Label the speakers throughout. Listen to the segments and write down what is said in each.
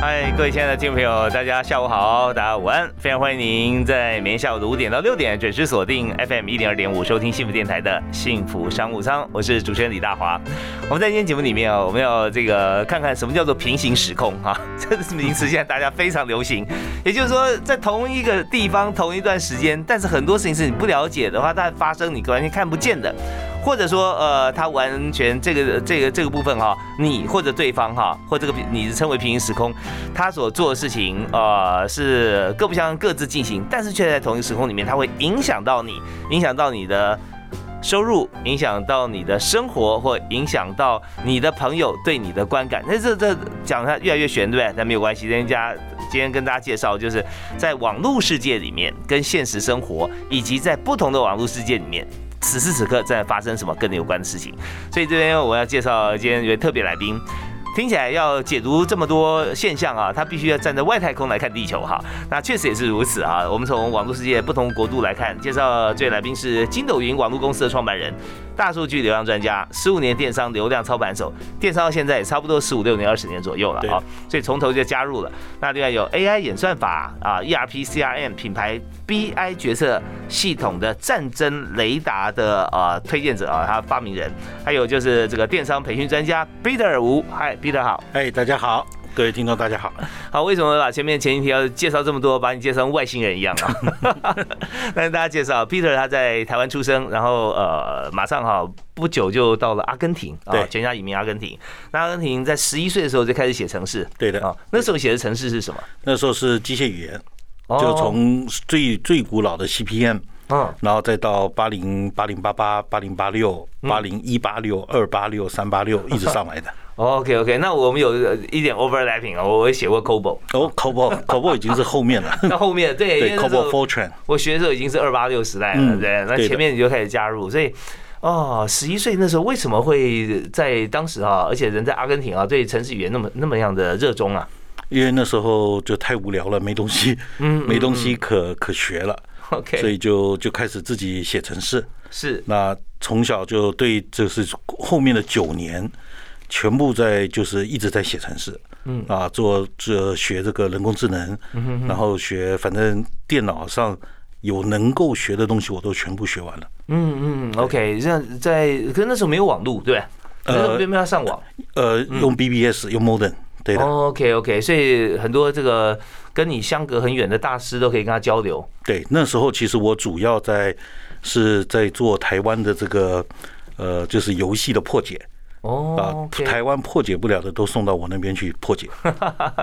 Speaker 1: 嗨，各位亲爱的听众朋友，大家下午好，大家午安，非常欢迎您在每天下午的五点到六点准时锁定 FM 一零二点五收听幸福电台的幸福商务舱，我是主持人李大华。我们在今天节目里面啊，我们要这个看看什么叫做平行时空哈、 这个名词现在大家非常流行，也就是说在同一个地方同一段时间，但是很多事情是你不了解的话，它发生你完全看不见的。或者说，呃，它完全这个这个这个部分哈、你或者对方哈、或这个你称为平行时空，他所做的事情，呃，是各不相各自进行，但是却在同一时空里面，它会影响到你，影响到你的收入，影响到你的生活，或影响到你的朋友对你的观感。那这这讲它越来越悬，对不对？但没有关系，人家今天跟大家介绍，就是在网络世界里面，跟现实生活，以及在不同的网络世界里面。此时此刻正在发生什么跟你有关的事情，所以这边我要介绍今天一位特别来宾，听起来要解读这么多现象啊，他必须要站在外太空来看地球哈。那确实也是如此啊。我们从网络世界不同国度来看，介绍这位来宾是筋斗云网络公司的创办人、大数据流量专家，十五年电商流量操盘手，电商到现在也差不多十五六年、二十年左右了啊。所以从头就加入了。那另外有 AI 演算法啊、ERP、CRM、品牌 BI 决策系统的战争雷达的呃推荐者啊，他发明人，还有就是这个电商培训专家 Peter 吴，嗨，Peter 好。
Speaker 2: 哎，大家好，各位听众大家好。
Speaker 1: 好，为什么把前面前一题要介绍这么多，把你介绍成外星人一样啊？ 那跟大家介绍，Peter 他在台湾出生，然后呃，马上哈、不久就到了阿根廷啊
Speaker 2: 对，
Speaker 1: 全家移民阿根廷。那阿根廷在十一岁的时候就开始写城市，
Speaker 2: 对的
Speaker 1: 啊、那时候写的城市是什么？
Speaker 2: 那时候是机械语言，
Speaker 1: 哦
Speaker 2: 就从最最古老的 CPM，
Speaker 1: 嗯
Speaker 2: 然后再到八零八零八八八零八六
Speaker 1: 嗯
Speaker 2: 八零一八六二八六三八六一直上 来的。
Speaker 1: ，OK OK，那哦我们有呃一点 overlapping 啊，我我也写过 COBOL，
Speaker 2: 哦，Cobol Cobol 已经是 后面了，
Speaker 1: 那后面对因
Speaker 2: 对
Speaker 1: 为哎那时候
Speaker 2: ，Cobol Fortran，
Speaker 1: 我学的时候已经是二八六时代了，
Speaker 2: 嗯
Speaker 1: 对，那
Speaker 2: 对的
Speaker 1: 前面你就开始加入，所以。哦，十一岁那时候为什么会在当时啊，而且人在阿根廷啊，对城市语言那么那么样的热衷啊？
Speaker 2: 因为那时候就太无聊了，没东西，
Speaker 1: 嗯
Speaker 2: 没东西可可学了，
Speaker 1: OK
Speaker 2: 所以就就开始自己写程式。
Speaker 1: 是
Speaker 2: 那从小就对，就是后面的九年，全部在就是一直在写程式，嗯啊，做这学这个人工智能，
Speaker 1: 嗯
Speaker 2: 然后学反正电脑上有能够学的东西，我都全部学完了。
Speaker 1: 嗯嗯，OK，这样在，可是那时候没有网络，对吧？
Speaker 2: 呃
Speaker 1: 呃，没有没有上网。
Speaker 2: 呃，
Speaker 1: 嗯
Speaker 2: 用 BBS，用 Modem，对的，
Speaker 1: OK OK，所以很多这个跟你相隔很远的大师都可以跟他交流。
Speaker 2: 对。那时候其实我主要在是在做台湾的这个呃，就是游戏的破解
Speaker 1: 哦
Speaker 2: 啊，
Speaker 1: ，OK，
Speaker 2: 台湾破解不了的都送到我那边去破 解，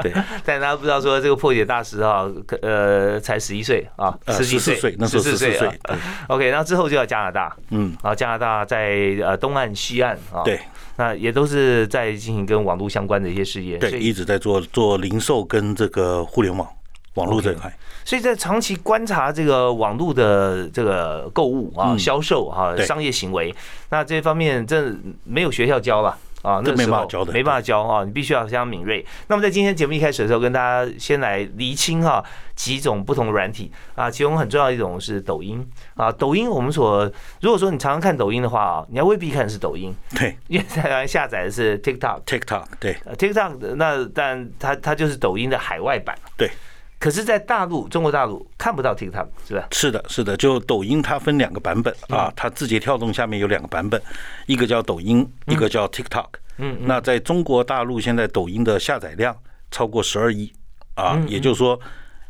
Speaker 2: 对。
Speaker 1: 但大家不知道说这个破解大师啊，可呃，才十一岁啊，
Speaker 2: 呃
Speaker 1: 十几
Speaker 2: 14岁那时候
Speaker 1: 14
Speaker 2: 14岁
Speaker 1: 啊 OK，那之后就到加拿大，
Speaker 2: 嗯，
Speaker 1: 然后加拿大在呃东岸、西岸啊，
Speaker 2: 对，
Speaker 1: 那也都是在进行跟网络相关的一些事业，所
Speaker 2: 对，
Speaker 1: 以
Speaker 2: 一直在做做零售跟这个互联网网络这一块。
Speaker 1: 所以在长期观察这个网络的这个购物啊、
Speaker 2: 嗯
Speaker 1: 销售啊、
Speaker 2: 对
Speaker 1: 商业行为，那这方面真的没有学校教了。啊，那
Speaker 2: 这
Speaker 1: 个时
Speaker 2: 没
Speaker 1: 候
Speaker 2: 办法教的
Speaker 1: 没办法教啊，你必须要非常敏锐。那么在今天节目一开始的时候，跟大家先来厘清哈、几种不同的软体啊，其中很重要的一种是抖音啊。抖音我们所如果说你常常看抖音的话啊，你还未必看是抖音，
Speaker 2: 对
Speaker 1: 因为台湾下载的是 TikTok，
Speaker 2: ，TikTok，对
Speaker 1: 呃 TikTok 的那但它它就是抖音的海外版，
Speaker 2: 对，
Speaker 1: 可是，在大陆中国大陆看不到 TikTok 是吧？
Speaker 2: 是的，是的。就抖音它分两个版本
Speaker 1: 嗯
Speaker 2: 啊，它字节跳动下面有两个版本，一个叫抖音，一个叫 TikTok。
Speaker 1: 嗯，
Speaker 2: 那在中国大陆现在抖音的下载量超过十二亿啊，
Speaker 1: 嗯
Speaker 2: 也就是说，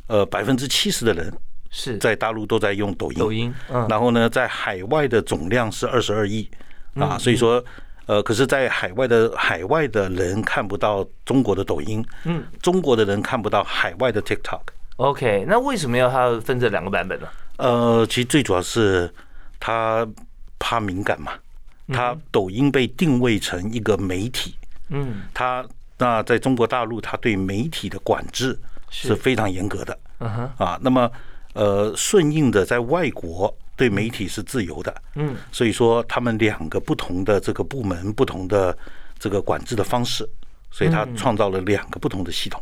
Speaker 2: 呃，百分之七十的人
Speaker 1: 是
Speaker 2: 在大陆都在用抖音。
Speaker 1: 抖音，嗯，
Speaker 2: 然后呢，在海外的总量是二十二亿啊，所以说，呃，可是，在海外的海外的人看不到中国的抖音，嗯，中国的人看不到海外的 TikTok，
Speaker 1: OK，那为什么要它分这两个版本呢？
Speaker 2: 呃，其实最主要是他怕敏感嘛，它抖音被定位成一个媒体，
Speaker 1: 嗯
Speaker 2: 它那在中国大陆，它对媒体的管制是非常严格的
Speaker 1: 嗯哼
Speaker 2: 啊。那么呃，顺应的在外国对媒体是自由的，
Speaker 1: 嗯
Speaker 2: 所以说他们两个不同的这个部门、不同的这个管制的方
Speaker 1: 嗯
Speaker 2: 式，所以它创造了两个不同的系统。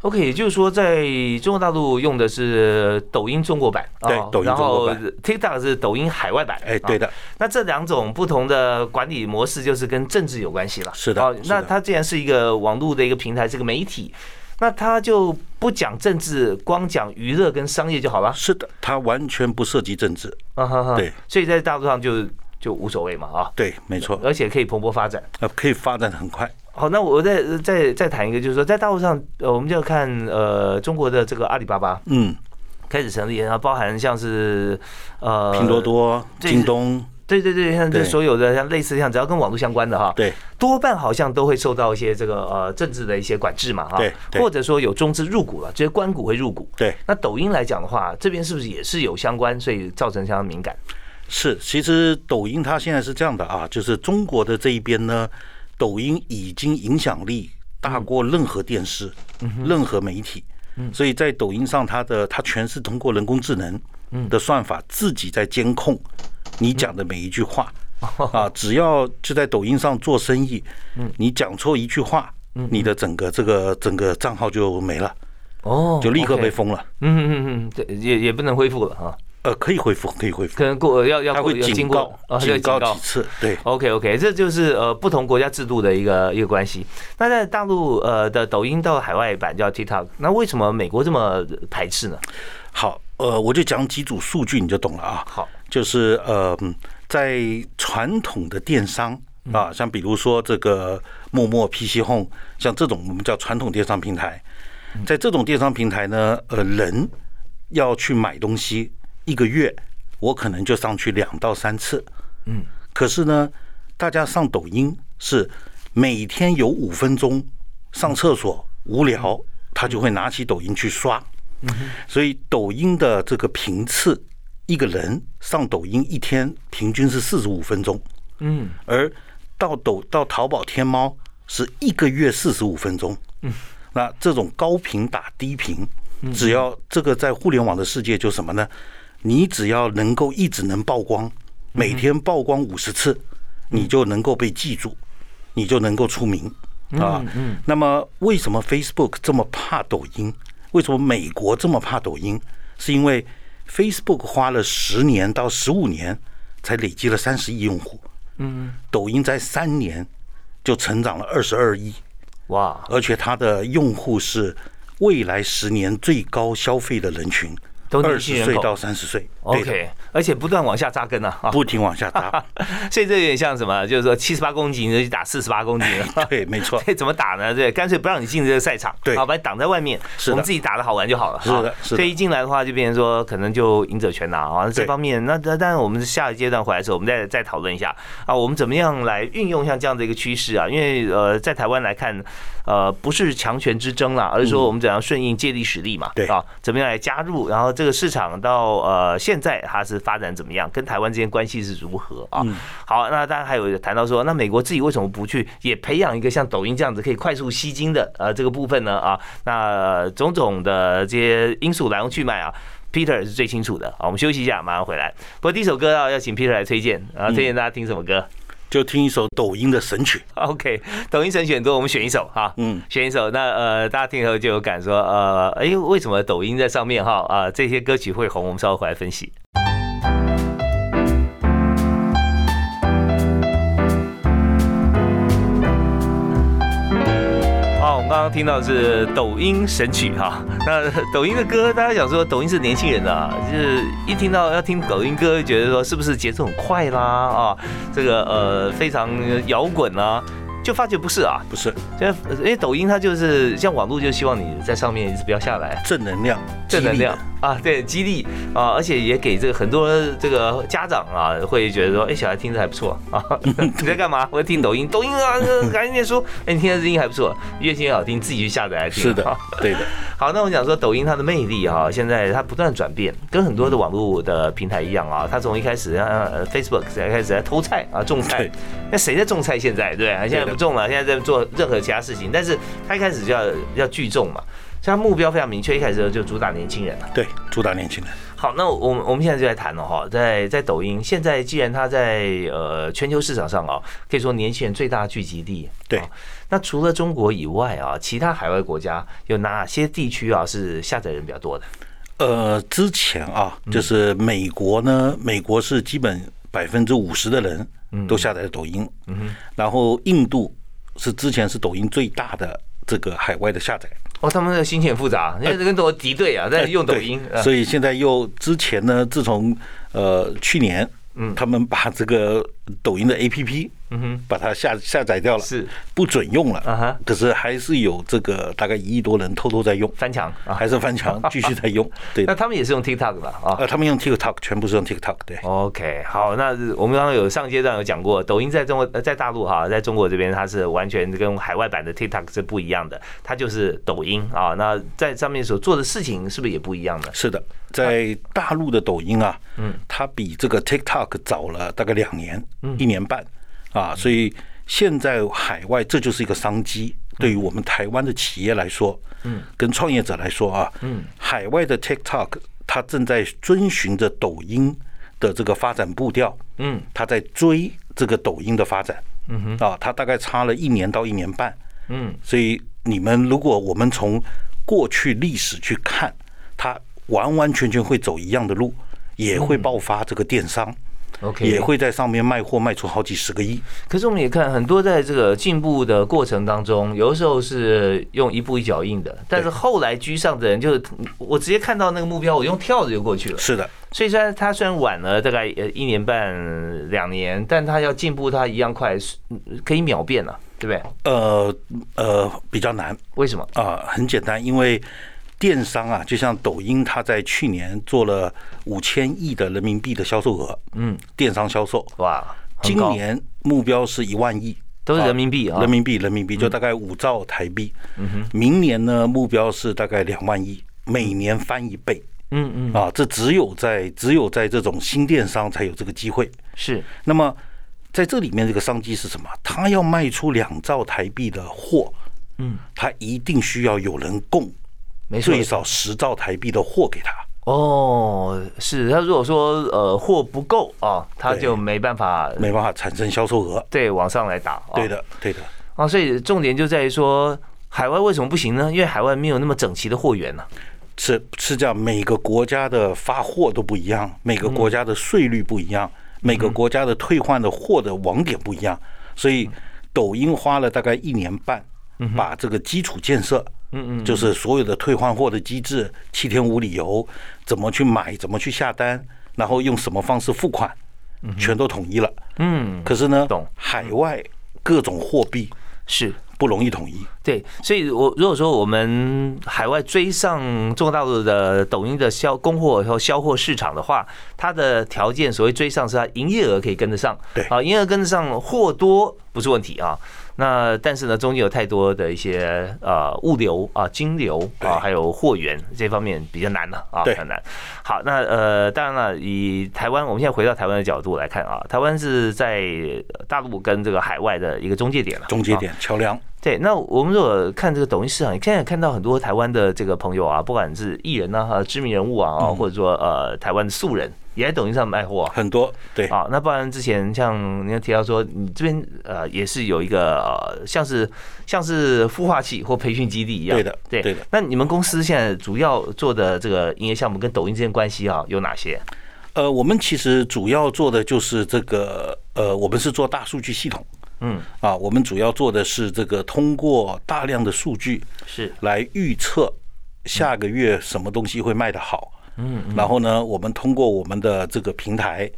Speaker 1: ，OK，也就是说，在中国大陆用的是抖音中国版，啊
Speaker 2: 对抖音
Speaker 1: 然
Speaker 2: 中国
Speaker 1: 后
Speaker 2: 版
Speaker 1: TikTok 是抖音海外版，
Speaker 2: 哎，对
Speaker 1: 啊
Speaker 2: 的，
Speaker 1: 那这两种不同的管理模式，就是跟政治有关系了。
Speaker 2: 是的
Speaker 1: 哦，
Speaker 2: 是的
Speaker 1: 那它既然是一个网络的一个平台，是个媒体，那它就不讲政治，光讲娱乐跟商业就好了。
Speaker 2: 是的，它完全不涉及政治。
Speaker 1: 啊哈哈。
Speaker 2: 对，
Speaker 1: 所以在大陆上就就无所谓嘛啊，
Speaker 2: 对，没错，
Speaker 1: 而且可以蓬勃发展。
Speaker 2: 呃，可以发展的很快。
Speaker 1: 好，那我再再再谈一个，就是说在大陆上，呃，我们就要看呃中国的这个阿里巴巴
Speaker 2: 嗯，
Speaker 1: 开始成立，然后包含像是呃
Speaker 2: 拼多，多、
Speaker 1: 这
Speaker 2: 京东，
Speaker 1: 对对对，像这
Speaker 2: 对
Speaker 1: 所有的像类似像只要跟网络相关的哈，
Speaker 2: 对，
Speaker 1: 多半好像都会受到一些这个呃政治的一些管制嘛，哈
Speaker 2: 对，对
Speaker 1: 或者说有中资入股了，这些官股会入股。
Speaker 2: 对，
Speaker 1: 那抖音来讲的话，这边是不是也是有相关，所以造成相当敏感？
Speaker 2: 是，其实抖音它现在是这样的啊，就是中国的这一边呢，抖音已经影响力大过任何电视、
Speaker 1: 嗯
Speaker 2: 任何媒体，所以在抖音上，它的它全是通过人工智能的算法自己在监控你讲的每一句话。
Speaker 1: 嗯
Speaker 2: 啊，只要就在抖音上做生意，你讲错一句话，
Speaker 1: 嗯
Speaker 2: 你的整个这个整个账号就没了，
Speaker 1: 哦
Speaker 2: 就立刻被
Speaker 1: OK
Speaker 2: 封了。
Speaker 1: 嗯嗯嗯嗯，对，也也不能恢复了哈，
Speaker 2: 呃，可以恢复，可以恢复。
Speaker 1: 可能过要要
Speaker 2: 他会
Speaker 1: 要
Speaker 2: 警
Speaker 1: 经过
Speaker 2: 告
Speaker 1: 啊，，要
Speaker 2: 警
Speaker 1: 警
Speaker 2: 告
Speaker 1: 告
Speaker 2: 几。次，对，
Speaker 1: OK OK，这就是呃不同国家制度的一个一个关系。那在大陆呃的抖音到海外版叫 TikTok，那为什么美国这么排斥呢？
Speaker 2: 好，呃，我就讲几组数据你就懂了啊。
Speaker 1: 好，
Speaker 2: 就是呃，嗯在传统的电商啊，像比如说这个陌陌、PC Home，像这种我们叫传统电商平台，在这种电商平台呢，呃，人要去买东西，一个月我可能就上去两到三次，
Speaker 1: 嗯，
Speaker 2: 可是呢，大家上抖音是每天有五分钟上厕所无聊，他就会拿起抖音去刷。所以抖音的这个频次，一个人上抖音一天平均是四十五分钟，
Speaker 1: 嗯，
Speaker 2: 而到抖到淘宝、天猫是一个月四十五分钟。嗯，那这种高频打低频，只要这个在互联网的世界就什么呢？你只要能够一直能曝光，每天曝光五十次，你就能够被记住，你就能够出名啊。那么为什么 Facebook 这么怕抖音？为什么美国这么怕抖音？是因为 Facebook 花了十年到十五年才累积了三十亿用户，抖音在三年就成长了二十二亿，
Speaker 1: 哇，
Speaker 2: 而且它的用户是未来十年最高消费的人群，
Speaker 1: 都
Speaker 2: 二
Speaker 1: 年轻
Speaker 2: 十
Speaker 1: 人
Speaker 2: 岁
Speaker 1: 口
Speaker 2: 到三十岁，对的，
Speaker 1: OK，而且不断往下扎根啊，啊
Speaker 2: 不停往下 砸，
Speaker 1: 所以这有点像什么，就是说七十八公斤你就去打四十八公斤 了。哎
Speaker 2: 对，没错，
Speaker 1: 这怎么打呢？对，干脆不让你进这个赛场，
Speaker 2: 对
Speaker 1: 好，把你挡在外面，
Speaker 2: 是的
Speaker 1: 我们自己打的好玩就好了。
Speaker 2: 是的
Speaker 1: 啊
Speaker 2: 是的
Speaker 1: 所以一进来的话，就变成说可能就赢者全拿啊。这方面，那那当然，我们下一阶段回来的时候，我们再再讨论一下啊，我们怎么样来运用像这样的一个趋势啊？因为呃，在台湾来看，呃，不是强权之争啦，而是说我们怎样顺应借力使力嘛，
Speaker 2: 嗯对
Speaker 1: 啊，怎么样来加入，然后这个市场到呃现在它是发展怎么样，跟台湾之间关系是如何啊？好，那当然还有谈到说，那美国自己为什么不去也培养一个像抖音这样子可以快速吸金的呃这个部分呢？啊，那、呃种种的这些因素来龙去脉啊。Peter 是最清楚的啊，我们休息一下，马上回来。不过第一首歌啊，要请 Peter 来推荐啊，推荐大家听什么歌、
Speaker 2: 就听一首抖音的神曲，
Speaker 1: o k 抖音神选多，我们选一首哈、
Speaker 2: 嗯，
Speaker 1: 选一首，那呃，大家听以后就有感说，呃，哎，为什么抖音在上面哈啊、这些歌曲会红？我们稍后回来分析。哦，我们刚刚听到的是抖音神曲哈、那抖音的歌，大家想说抖音是年轻人的、啊，就是一听到要听抖音歌，就觉得说是不是节奏很快啦啊，这个呃非常摇滚啊，就发觉不是啊，
Speaker 2: 不是
Speaker 1: 现在呃因为抖音它就是像网络，就希望你在上面一直不要下来，
Speaker 2: 正能量，
Speaker 1: 正能量
Speaker 2: 激励的
Speaker 1: 啊，对，激励啊，而且也给这个很多这个家长啊，会觉得说，哎，小孩听着还不错 啊，你在干嘛？我在听抖音，抖音啊，赶紧念书，哎，你听的声音还不错，越听越好听，自己去下载来听。
Speaker 2: 是的
Speaker 1: 啊，
Speaker 2: 对的，
Speaker 1: 好，那我想说，抖音它的魅力啊，现在它不断转变，跟很多的网络的平台一样啊，它从一开始呃 Facebook 才开始在偷菜啊，种菜
Speaker 2: 对，
Speaker 1: 那谁在种菜现在？对不哎对，现在不种了，现在在做任何其他事情，但是它一开始就要要聚众嘛，所以它目标非常明确，一开始就主打年轻人了。
Speaker 2: 对，主打年轻人，
Speaker 1: 好，那我们我们现在就来谈了哈，在在抖音，现在既然它在呃全球市场上啊，可以说年轻人最大的聚集地。
Speaker 2: 对
Speaker 1: 啊那除了中国以外啊，其他海外国家有哪些地区啊是下载人比较多的？
Speaker 2: 呃，之前啊，
Speaker 1: 嗯
Speaker 2: 就是美国呢，美国是基本百分之五十的人
Speaker 1: 嗯
Speaker 2: 都下载了抖音，然后印度是之前是抖音最大的这个海外的下载，
Speaker 1: 哦，他们的心情很复杂，啊因为跟我敌对啊，在用抖音
Speaker 2: 哎，对
Speaker 1: 啊
Speaker 2: 所以现在又之前呢，自从呃去年，嗯，他们把这个抖音的 APP，嗯哼，把它下下载掉了，
Speaker 1: 啊是
Speaker 2: 不准用了，
Speaker 1: 啊哈
Speaker 2: 可是还是有这个大概一亿多人偷偷在用，
Speaker 1: 翻墙啊。
Speaker 2: 还是翻 墙继续在用，对
Speaker 1: 那
Speaker 2: 的，
Speaker 1: 他们也是用 TikTok 的啊。
Speaker 2: 呃，他们用 TikTok，全部是用 TikTok，对，
Speaker 1: OK，好，那我们刚刚有上阶段有讲过，抖音在中国呃在大陆哈，在中国这边它是完全跟海外版的 TikTok 是不一样的，它就是抖音啊。那在上面所做的事情是不是也不一样呢？
Speaker 2: 是的，在大陆的抖音啊，嗯，它比这个 TikTok 早了大概两年，一年半啊，所以现在海外这就是一个商机，对于我们台湾的企业来说，嗯，跟创业者来说啊，嗯，海外的 TikTok 它正在遵循着抖音的这个发展步调，嗯，它在追这个抖音的发展，嗯哼，啊，它大概差了一年到一年半，嗯，所以你们如果我们从过去历史去看，它完完全全会走一样的路，也会爆发这个电商。
Speaker 1: OK
Speaker 2: 也会在上面卖货，卖出好几十个亿。
Speaker 1: 可是我们也看很多在这个进步的过程当中，有的时候是用一步一脚印的，但是后来居上的人就是我直接看到那个目标，我用跳着就过去了。
Speaker 2: 是的，
Speaker 1: 所以虽然它虽然晚了大概呃一年半两年，但它要进步，它一样快，是可以秒变了、对不对？
Speaker 2: 呃呃，比较难
Speaker 1: 为什么？
Speaker 2: 啊、很简单，因为电商啊，就像抖音，它在去年做了五千亿的人民币的销售额，嗯，电商销售，
Speaker 1: 哇，很
Speaker 2: 今
Speaker 1: 高
Speaker 2: 年目标是一万亿，
Speaker 1: 都是人民币啊，嗯
Speaker 2: 人民币，人民币就大概五兆台币。明年呢，目标是大概两万亿，每年翻一倍。
Speaker 1: 嗯嗯，
Speaker 2: 啊，这只有在只有在这种新电商才有这个机会。
Speaker 1: 是
Speaker 2: 那么在这里面，这个商机是什么？他要卖出两兆台币的货，嗯，他一定需要有人供
Speaker 1: 没错
Speaker 2: 最。少十兆台币的货给他。
Speaker 1: 哦，是他如果说呃货不够啊，他
Speaker 2: 对
Speaker 1: 就没办法
Speaker 2: 没办法产生销售额。
Speaker 1: 对往上来打。啊
Speaker 2: 对的，对的，
Speaker 1: 啊，所以重点就在于说。海外为什么不行呢？因为海外没有那么整齐的货源呢、啊
Speaker 2: 是是这样。每个国家的发货都不一样，每个国家的税率不一样，每个国家的退换的货的网点不一样，所以抖音花了大概一年半，把这个基础建设。嗯嗯，就是所有的退换货的机制，七天无理由，怎么去买，怎么去下单，然后用什么方式付款，全都统一了。
Speaker 1: 嗯，
Speaker 2: 可是呢
Speaker 1: 懂，
Speaker 2: 海外各种货币
Speaker 1: 是
Speaker 2: 不容易统一。
Speaker 1: 对，所以我如果说我们海外追上中国大陆的抖音的销供货和销货市场的话，它的条件所谓追上是它营业额可以跟得上，
Speaker 2: 对
Speaker 1: 啊，营业额跟得上，货多不是问题啊。那但是呢，中间有太多的一些呃物流啊、金流啊，
Speaker 2: 对
Speaker 1: 还有货源这方面比较难了啊，
Speaker 2: 对
Speaker 1: 很难。好，那呃，当然了，以台湾，我们现在回到台湾的角度来看啊，台湾是在大陆跟这个海外的一个中介点了，
Speaker 2: 中介
Speaker 1: 啊
Speaker 2: 点桥梁，
Speaker 1: 对，那我们如果看这个抖音市场，现在也看到很多台湾的这个朋友啊，不管是艺人啊、呃知名人物啊，啊
Speaker 2: 嗯
Speaker 1: 或者说呃台湾的素人，也在抖音上卖货啊。
Speaker 2: 很多对
Speaker 1: 啊，那不然之前像你有提到说，你这边呃也是有一个呃像是像是孵化器或培训基地一样，
Speaker 2: 对的
Speaker 1: 对
Speaker 2: 对的。
Speaker 1: 那你们公司现在主要做的这个营业项目跟抖音之间关系啊有哪些？
Speaker 2: 呃，我们其实主要做的就是这个，呃，我们是做大数据系统，
Speaker 1: 嗯，
Speaker 2: 啊，我们主要做的是这个通过大量的数据
Speaker 1: 是
Speaker 2: 来预测下个月什么东西会卖得好，嗯，然后呢，我们通过我们的这个平台，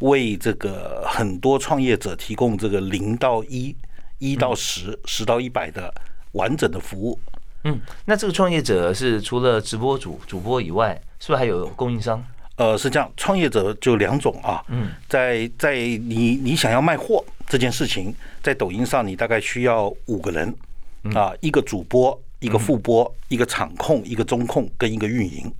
Speaker 2: 为这个很多创业者提供这个零到一、一到十、十到一百的完整的服务，
Speaker 1: 嗯，那这个创业者是除了直播主主播以外，是不是还有供应商？
Speaker 2: 呃，是这样，创业者就两种啊，嗯，在在你你想要卖货这件事情，在抖音上你大概需要五个人
Speaker 1: 嗯
Speaker 2: 啊，一个主播，一个副播，一个场控，一个中控跟一个运营，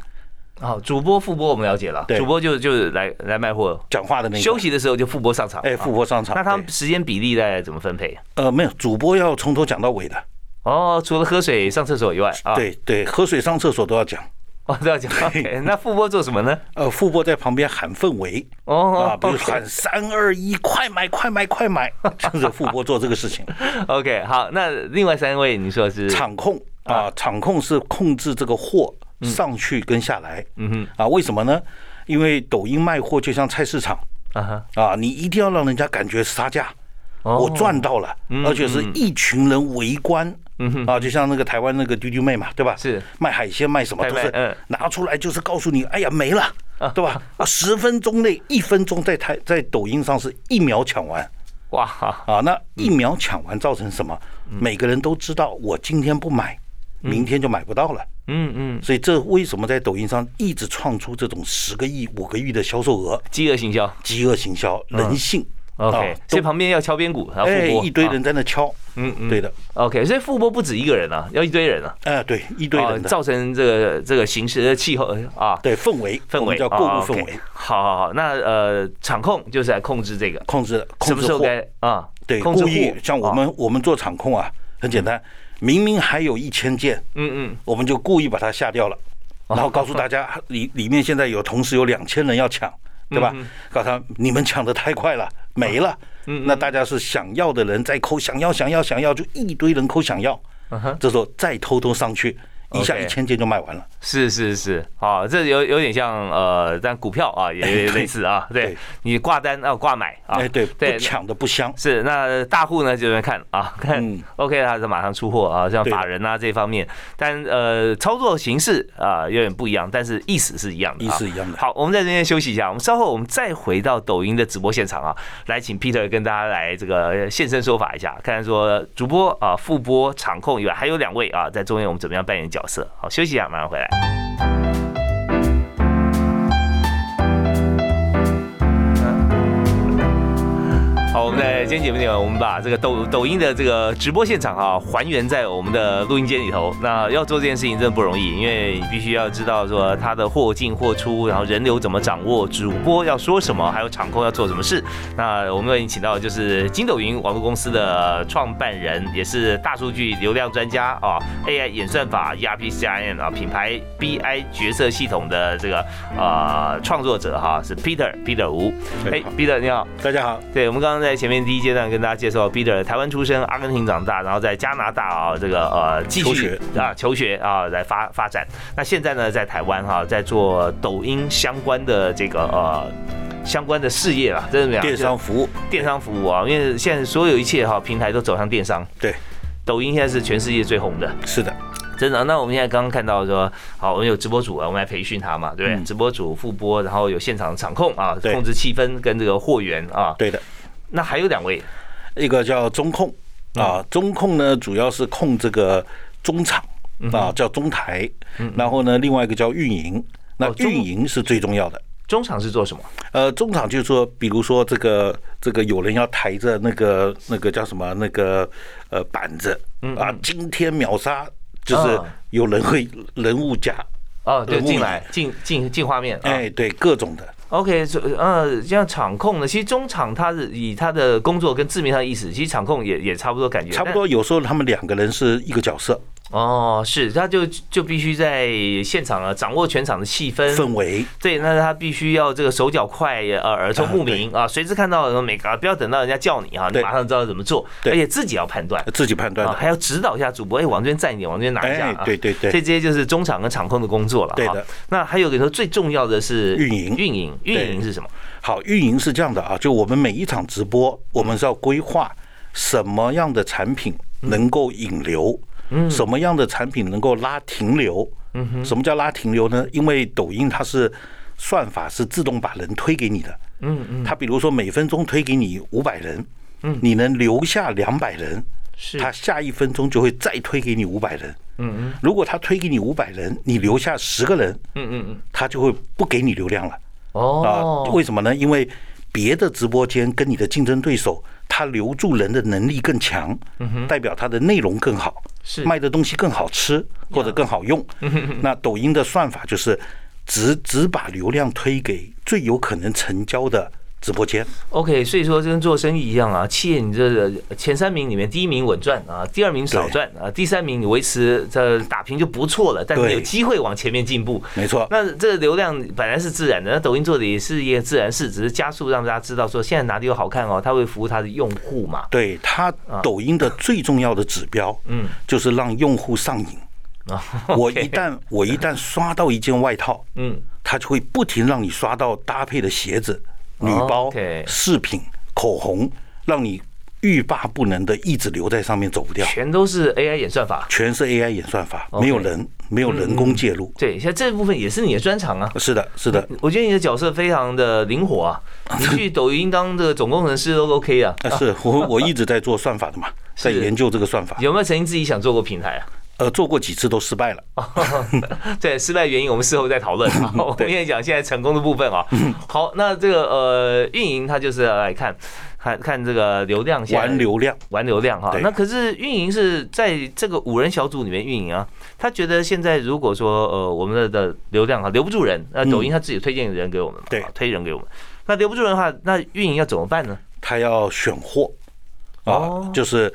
Speaker 1: 好，主播副播我们了解了，
Speaker 2: 对
Speaker 1: 主播就就是来来卖货，
Speaker 2: 讲话的那个
Speaker 1: 休息的时候就副播上场。啊
Speaker 2: 哎，副播上场，
Speaker 1: 那他
Speaker 2: 对
Speaker 1: 们时间比例大概怎么分配？
Speaker 2: 呃没有主播要从头讲到尾的，
Speaker 1: 哦，除了喝水、上厕所以外啊，
Speaker 2: 对对，喝水上厕所都要讲，
Speaker 1: 哦，都要 讲。OK，那副播做什么呢？
Speaker 2: 呃，副播在旁边喊氛围啊
Speaker 1: 哦，
Speaker 2: 比如喊三二一，快买快买快买， 就是副播做这个事情。
Speaker 1: ，OK，好，那另外三位你说是
Speaker 2: 场控啊，场控是控制这个货
Speaker 1: 嗯
Speaker 2: 上去跟下来。嗯哼，啊，为什么呢？因为抖音卖货就像菜市场
Speaker 1: 啊哈，
Speaker 2: 啊，你一定要让人家感觉杀价。
Speaker 1: 哦
Speaker 2: 我赚到了，
Speaker 1: 嗯
Speaker 2: 而且是一群人围观，啊，就像那个台湾那个丢丢妹嘛，对吧？
Speaker 1: 是
Speaker 2: 卖海鲜卖什么
Speaker 1: 拍
Speaker 2: 都
Speaker 1: 卖嗯
Speaker 2: 是拿出来就是告诉你，哎呀没了，对吧？啊，十分钟内一分钟在台在抖音上是一秒抢完，
Speaker 1: 哇，哈
Speaker 2: 啊，那疫苗抢完造成什么？
Speaker 1: 嗯
Speaker 2: 每个人都知道，我今天不买，明天就买不到了。
Speaker 1: 嗯嗯，
Speaker 2: 所以这为什么在抖音上一直创出这种十个亿、五个亿的销售额？
Speaker 1: 饥饿行销
Speaker 2: 饥饿行销，人性。
Speaker 1: 嗯，OK，
Speaker 2: 啊
Speaker 1: 所以
Speaker 2: 都
Speaker 1: 旁边要敲边鼓，然后
Speaker 2: 哎
Speaker 1: 副播
Speaker 2: 一堆
Speaker 1: 啊
Speaker 2: 人在那敲，嗯嗯，对的，
Speaker 1: ，OK，所以副播不止一个人啊，要一堆人啊，
Speaker 2: 哎对，一堆
Speaker 1: 哦
Speaker 2: 人的，
Speaker 1: 造成这个这个形势的气候啊。
Speaker 2: 对氛围，
Speaker 1: 氛
Speaker 2: 我们
Speaker 1: 围
Speaker 2: 叫购
Speaker 1: 哦
Speaker 2: 物
Speaker 1: ，OK
Speaker 2: 氛围，
Speaker 1: 好好好，那呃，场控就是来控制这个，
Speaker 2: 控制
Speaker 1: 什
Speaker 2: 控
Speaker 1: 么
Speaker 2: 制
Speaker 1: 时候
Speaker 2: 货，
Speaker 1: 该啊？
Speaker 2: 对，
Speaker 1: 控制
Speaker 2: 故意
Speaker 1: 货嗯
Speaker 2: 像我
Speaker 1: 啊
Speaker 2: 们我们做场控啊，很简单，明明还有一千件，
Speaker 1: 嗯嗯，
Speaker 2: 我们就故意把它下掉了，
Speaker 1: 哦
Speaker 2: 然后告诉大家里里面现在有同时有两千人要抢，
Speaker 1: 嗯
Speaker 2: 对吧？告诉他你们抢的太
Speaker 1: 哦
Speaker 2: 快了，没了。
Speaker 1: 嗯
Speaker 2: 那大家是想要的人在抠，想要想要想要，就一堆人抠想要。这时候再偷偷上去，一
Speaker 1: 嗯
Speaker 2: 下
Speaker 1: OK
Speaker 2: 一千件就卖完了。
Speaker 1: 是是是，好，这有有点像呃，但股票啊也类似啊，对
Speaker 2: 对
Speaker 1: 你挂单要挂买啊，
Speaker 2: 哎，对，
Speaker 1: 对
Speaker 2: 不，抢的不香。
Speaker 1: 是，那大户呢就在看啊，看、
Speaker 2: 嗯
Speaker 1: OK，他就马上出货啊，像
Speaker 2: 对的
Speaker 1: 法人啊这方面，但呃操作形式啊、有点不一样，但是意思是一样的、啊，
Speaker 2: 意思一样的
Speaker 1: 好，我们在这边休息一下，我们稍后我们再回到抖音的直播现场啊，来请 Peter 跟大家来这个现身说法一下，看看说主播啊、副播、场控以外，还有两位啊在中间我们怎么样扮演角色。好，休息一下，马上回来。好，我们在今天节目里面，我们把这个抖抖音的这个直播现场啊，还原在我们的录音间里头。那要做这件事情真的不容易，因为你必须要知道说它的货进货出，然后人流怎么掌握，主播要说什么，还有场控要做什么事。那我们已经请到的就是金抖云网络公司的创办人，也是大数据流量专家啊，AI 演算法 ERP CRM 啊，品牌 BI 角色系统的这个呃创作者哈、是 Peter Peter 吴。哎
Speaker 2: 好
Speaker 1: ，Peter 你好。
Speaker 2: 大家好，
Speaker 1: 对，我们刚刚在前面第一阶段跟大家介绍，Peter 台湾出生，阿根廷长大，然后在加拿大啊这个呃继续
Speaker 2: 求学
Speaker 1: 啊求学啊来发发展。那现在呢，在台湾哈、在做抖音相关的这个呃相关的事业啊，真的怎么样？
Speaker 2: 电商服务
Speaker 1: 就电商服务啊，因为现在所有一切哈、平台都走向电商。
Speaker 2: 对，
Speaker 1: 抖音现在是全世界最红的。
Speaker 2: 是的，
Speaker 1: 真的啊、那我们现在刚刚看到说，好，我们有直播主啊，我们来培训他嘛，对不对？
Speaker 2: 嗯
Speaker 1: 直播主副播，然后有现场场控啊，
Speaker 2: 对
Speaker 1: 控制气氛跟这个货源啊。
Speaker 2: 对的。
Speaker 1: 那还有两位，
Speaker 2: 一个叫中控
Speaker 1: 嗯
Speaker 2: 啊，中控呢主要是控这个中场
Speaker 1: 嗯
Speaker 2: 啊，叫中台，然后呢，另外一个叫运营，那
Speaker 1: 哦中
Speaker 2: 运营是最重要的。
Speaker 1: 中场是做什么？
Speaker 2: 呃，中场就是说，比如说这个这个有人要抬着那个那个叫什么那个呃板子啊，今天秒杀，就是
Speaker 1: 嗯啊
Speaker 2: 有人会人物架，
Speaker 1: 哦，对，
Speaker 2: 人物
Speaker 1: 进
Speaker 2: 嘛
Speaker 1: 来进进进画面。哎
Speaker 2: 哎，对，各种的，
Speaker 1: ，OK，所以呃，像场控呢，其实中场它是以它的工作跟字面上的意思，其实场控也也差不多感觉。
Speaker 2: 差不多。有时候他们两个人是一个角色
Speaker 1: 但。哦，是，他就就必须在现场啊，掌握全场的气氛。
Speaker 2: 氛围，
Speaker 1: 对，那他必须要这个手脚快，呃，耳聪目明啊，随时看到每个，不要等到人家叫你啊，你
Speaker 2: 对
Speaker 1: 马上知道怎么做，而
Speaker 2: 对
Speaker 1: 且自己要判断。
Speaker 2: 自己判断
Speaker 1: 啊，
Speaker 2: 的。
Speaker 1: 还要指导一下主播，哎，往这边站一点，往这边拿一下
Speaker 2: 哎
Speaker 1: 啊。
Speaker 2: 对对对
Speaker 1: 所以这些就是中场跟场控的工作了。
Speaker 2: 对的
Speaker 1: 啊。那还有个说最重要的是
Speaker 2: 运营
Speaker 1: 运营，运营是什么？
Speaker 2: 好，运营是这样的啊，就我们每一场直播，我们是要规划什么样的产品
Speaker 1: 嗯
Speaker 2: 能够引流，什么样的产品能够拉停留。
Speaker 1: 嗯
Speaker 2: 什么叫拉停留呢？因为抖音它是算法是自动把人推给你的，嗯嗯，它比如说每分钟推给你五百人，嗯，你能留下两百人，
Speaker 1: 是
Speaker 2: 他下一分钟就会再推给你五百人。
Speaker 1: 嗯嗯
Speaker 2: 如果他推给你五百人，你留下十个人，
Speaker 1: 嗯嗯嗯，
Speaker 2: 他就会不给你流量了啊？
Speaker 1: 哦，
Speaker 2: 为什么呢？因为别的直播间跟你的竞争对手，他留住人的能力更强，代表他的内容更好，
Speaker 1: 是
Speaker 2: 卖的东西更好吃或者更好用。 那抖音的算法就是只只把流量推给最有可能成交的直播间。
Speaker 1: OK，所以说这跟做生意一样啊，企业你这个前三名里面，第一名稳赚啊，第二名少赚啊，第三名你维持这打平就不错了，但你
Speaker 2: 对
Speaker 1: 有机会往前面进步。
Speaker 2: 没错，
Speaker 1: 那这个流量本来是自然的，那抖音做的也是一个自然事，只是加速让大家知道说现在哪里有好看哦，它会服务它的用户嘛。
Speaker 2: 对它
Speaker 1: 啊
Speaker 2: 抖音的最重要的指标，嗯，就是让用户上瘾。
Speaker 1: 啊，
Speaker 2: 我
Speaker 1: OK
Speaker 2: 一旦我一旦刷到一件外套，
Speaker 1: 嗯，
Speaker 2: 它就会不停让你刷到搭配的鞋子、女包
Speaker 1: 哦 OK、
Speaker 2: 饰品、口红，让你欲罢不能的一直留在上面走不掉。
Speaker 1: 全都是 AI 演算法。
Speaker 2: 全是 AI 演算法，
Speaker 1: OK 嗯
Speaker 2: 没有人，没有人工介入。
Speaker 1: 对，像这部分也是你的专长啊。
Speaker 2: 是的，是的，
Speaker 1: 我觉得你的角色非常的灵活啊，你去抖音当这个总工程师都 OK 啊。
Speaker 2: 呃 是我我一直在做算法的嘛，在
Speaker 1: 是
Speaker 2: 研究这个算法，
Speaker 1: 有没有曾经自己想做过平台啊？
Speaker 2: 呃，做过几次都失败了。
Speaker 1: 啊 对，失败原因我们事后再讨论啊。我们也讲现在成功的部分啊。好，那这个呃，运营它就是来看，看看这个流量现在
Speaker 2: 玩流量，
Speaker 1: 玩流量哈。
Speaker 2: 对
Speaker 1: 那可是运营是在这个五人小组里面运营啊。他觉得现在如果说呃我们的的流量哈留不住人，那抖音他自己推荐人给我们嘛，
Speaker 2: 对
Speaker 1: 推人给我们。那留不住人的话，那运营要怎么办呢？
Speaker 2: 他要选货
Speaker 1: 哦
Speaker 2: 啊，就是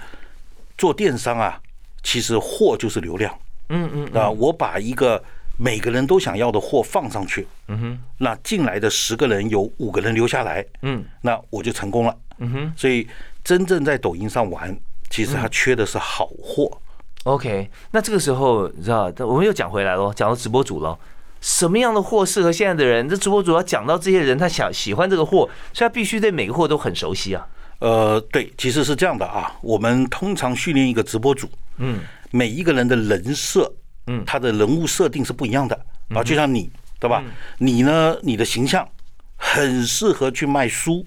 Speaker 2: 做电商啊，其实货就是流量
Speaker 1: 嗯嗯
Speaker 2: 啊。我把一个每个人都想要的货放上去，
Speaker 1: 嗯哼
Speaker 2: 那进来的十个人有五个人留下来，
Speaker 1: 嗯
Speaker 2: 那我就成功了。
Speaker 1: 嗯哼
Speaker 2: 所以真正在抖音上玩，其
Speaker 1: 嗯
Speaker 2: 实他缺的是好货。
Speaker 1: ，OK。那这个时候你知道，我们又讲回来咯，讲到直播主咯。什么样的货适合现在的人？这直播主要讲到这些人，他想喜欢这个货，所以他必须对每个货都很熟悉啊。
Speaker 2: 呃，对，其实是这样的啊。我们通常训练一个直播主，
Speaker 1: 嗯，
Speaker 2: 每一个人的人设，
Speaker 1: 嗯
Speaker 2: 他的人物设定是不一样的啊。就像你，对
Speaker 1: 嗯
Speaker 2: 吧？你呢，你的形象很适合去 卖书，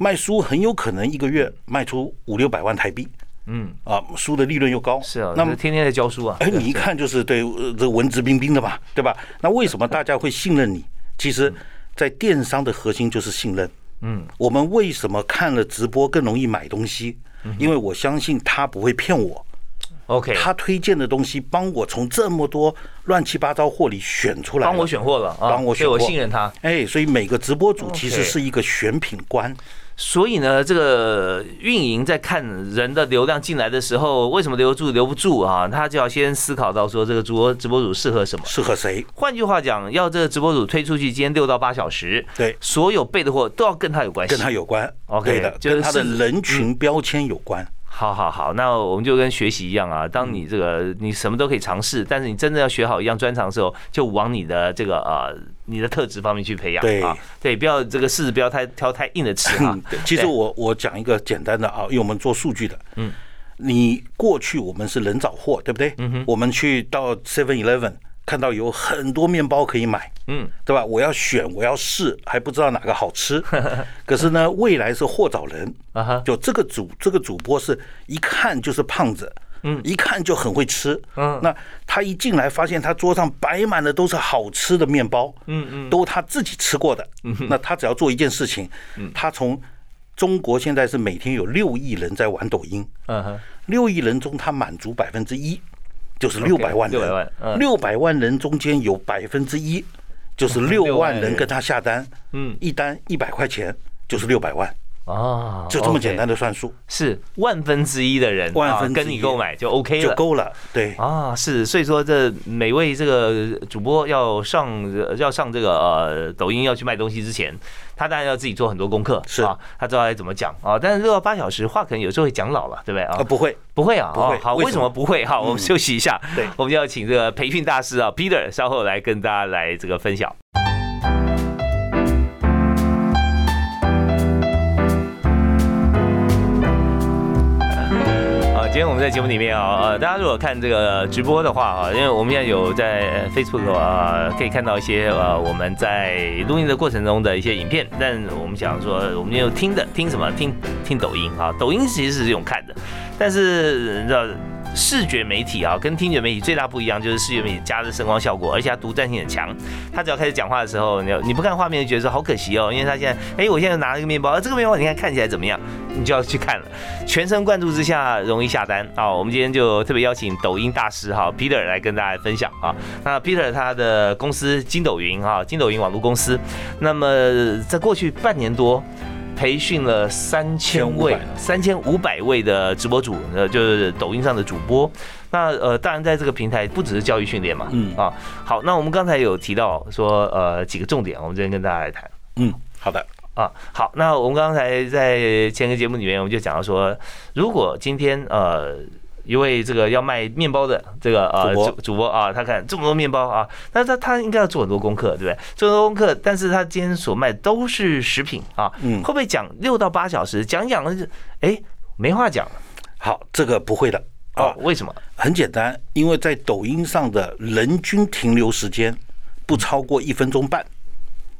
Speaker 2: 卖书很有可能一个月卖出五六百万台币，
Speaker 1: 嗯，
Speaker 2: 啊，书的利润又高。
Speaker 1: 是啊，
Speaker 2: 那
Speaker 1: 那
Speaker 2: 么
Speaker 1: 么天天在教书啊。
Speaker 2: 哎，你一看就是对呃这文质彬彬的嘛，对吧？那为什么大家会信任你？其实，在电商的核心就是信任。
Speaker 1: 嗯，
Speaker 2: 我们为什么看了直播更容易买东西？
Speaker 1: 嗯
Speaker 2: 因为我相信他不会骗我，
Speaker 1: OK，
Speaker 2: 他推荐的东西帮我从这么多乱七八糟货里选出来。
Speaker 1: 帮我。选货了啊，
Speaker 2: 帮我选
Speaker 1: 对我
Speaker 2: 货
Speaker 1: 信任他。
Speaker 2: 哎，所以每个直播主其
Speaker 1: OK
Speaker 2: 实是一个选品官。
Speaker 1: 所以呢，这个运营在看人的流量进来的时候，为什么留住留不住啊？他就要先思考到说这个直播直播主适合什么。
Speaker 2: 适合谁？
Speaker 1: 换句话讲，要这个直播主推出去，今天六到八小时，
Speaker 2: 对
Speaker 1: 所有备的货都要跟他有关系。
Speaker 2: 跟他有关。
Speaker 1: OK，
Speaker 2: 对的，
Speaker 1: 就是嗯
Speaker 2: 跟他的
Speaker 1: 是
Speaker 2: 人群标签有关。
Speaker 1: 好好好，那我们就跟学习一样
Speaker 2: 嗯
Speaker 1: 啊，当你这个你什么都可以尝试，但是你真正要学好一样专长的时候，就往你的这个呃你的特质方面去培养
Speaker 2: 对
Speaker 1: 啊。对，不要这个柿子不要太挑太硬的吃啊
Speaker 2: 嗯。，对其实
Speaker 1: 对
Speaker 2: 我我讲一个简单的啊，因为我们做数据的，嗯，你过去我们是人找货，对不对？嗯我们去到 Seven Eleven 看到有很多面包可以买，
Speaker 1: 嗯，
Speaker 2: 对吧？我要选，我要试，还不知道哪个好 吃。可是呢，未来是货找人
Speaker 1: 啊哈
Speaker 2: 就这个主这个主播是一看就是胖子。嗯，一看就很会吃。嗯，那他一进来，发现他桌上摆满的都是好吃的面包。嗯嗯，都他自己吃过的。嗯，那他只要做一件事情，他从中国现在是每天有六亿人在玩抖音，
Speaker 1: 嗯哼，
Speaker 2: 六亿人中他满足百分之一，就是六百万人。
Speaker 1: 600万嗯
Speaker 2: 600万人中间有百分之一，就是嗯六
Speaker 1: 万
Speaker 2: 万
Speaker 1: 人
Speaker 2: 人跟他下单。嗯，一单一百块钱就是六百万，
Speaker 1: 哦，
Speaker 2: 就这么
Speaker 1: OK
Speaker 2: 简单的算术
Speaker 1: 是万分之一的人，
Speaker 2: 万
Speaker 1: 啊
Speaker 2: 分之一
Speaker 1: 跟你购买就 OK
Speaker 2: 就
Speaker 1: 了。
Speaker 2: 够了。对，
Speaker 1: 啊，是，所以说这每位这个主播要上呃要上这个呃抖音要去卖东西之前，他当然要自己做很多功课，
Speaker 2: 是
Speaker 1: 啊，他知道该怎么讲啊。但是六到八小时话可能有时候会讲老了，对不对啊
Speaker 2: 啊，？不会，
Speaker 1: 不会啊，
Speaker 2: 不会
Speaker 1: 哦好，
Speaker 2: 为
Speaker 1: 为什
Speaker 2: 什
Speaker 1: 么
Speaker 2: 么嗯
Speaker 1: 不会？好，我们休息一下，
Speaker 2: 对
Speaker 1: 我们要请这个培训大师啊 Peter 稍后来跟大家来这个分享。啊，今天我们在节目里面啊，呃，大家如果看这个直播的话啊，因为我们现在有在呃 Facebook 啊，可以看到一些呃我们在录音的过程中的一些影片，但我们想说，我们有听的，听什么？听听抖音啊，抖音其实是用看的，但是你知道。视觉媒体啊，跟听觉媒体最大不一样就是视觉媒体加的声光效果，而且它独占性很强。他只要开始讲话的时候，你你不看画面就觉得说好可惜哦，因为他现在，哎，我现在拿了一个面包，啊这个面包你看看起来怎么样，你就要去看了。全神贯注之下容易下单啊、我们今天就特别邀请抖音大师哈 Peter 来跟大家分享啊。那 Peter 他的公司金抖云啊，金抖云网络公司，那么在过去半年多。培训了三千位
Speaker 2: 1500、
Speaker 1: 三千五百位的直播主，呃，就是抖音上的主播。那呃，当然在这个平台不只是教育训练嘛，
Speaker 2: 嗯
Speaker 1: 啊，好，那我们刚才有提到说，呃，几个重点，我们今天跟大家来谈
Speaker 2: 嗯，好的，
Speaker 1: 啊。好，那我们刚才在前个节目里面，我们就讲到说，如果今天呃。一位这个要卖面包的这个呃
Speaker 2: 主播
Speaker 1: 主播啊，他看这么多面包啊，那他他应该要做很多功课，对不对？做很多功课，但是他今天所卖都是食品啊，
Speaker 2: 嗯
Speaker 1: 会，不会讲六到八小时？讲讲了就，哎，没话讲了
Speaker 2: 好，这个不会的
Speaker 1: 哦
Speaker 2: 啊。，
Speaker 1: 为什么？
Speaker 2: 很简单，因为在抖音上的人均停留时间不超过一分钟半，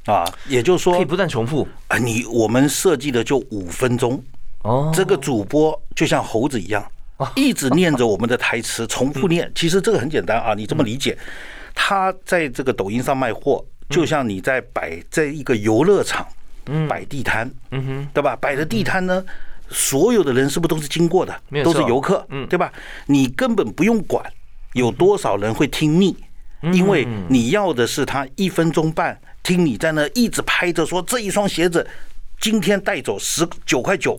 Speaker 2: 啊，也就是
Speaker 1: 可以
Speaker 2: 说，
Speaker 1: 不断重复
Speaker 2: 啊你我们设计的就五分钟，
Speaker 1: 哦
Speaker 2: 这个主播就像猴子一样，一直念着我们的台词，重复念。其实这个很简单啊，你这么理解，他在这个抖音上卖货，就像你在摆在一个游乐场摆地摊，对吧？摆的地摊呢？所有的人是不是都是经过的
Speaker 1: 没有，
Speaker 2: 都是
Speaker 1: 错嗯
Speaker 2: 游客，对吧？你根本不用管有多少人会听腻，
Speaker 1: 嗯
Speaker 2: 因为你要的是他一分钟半听你在那一直拍着说这一双鞋子今天带走十九块九，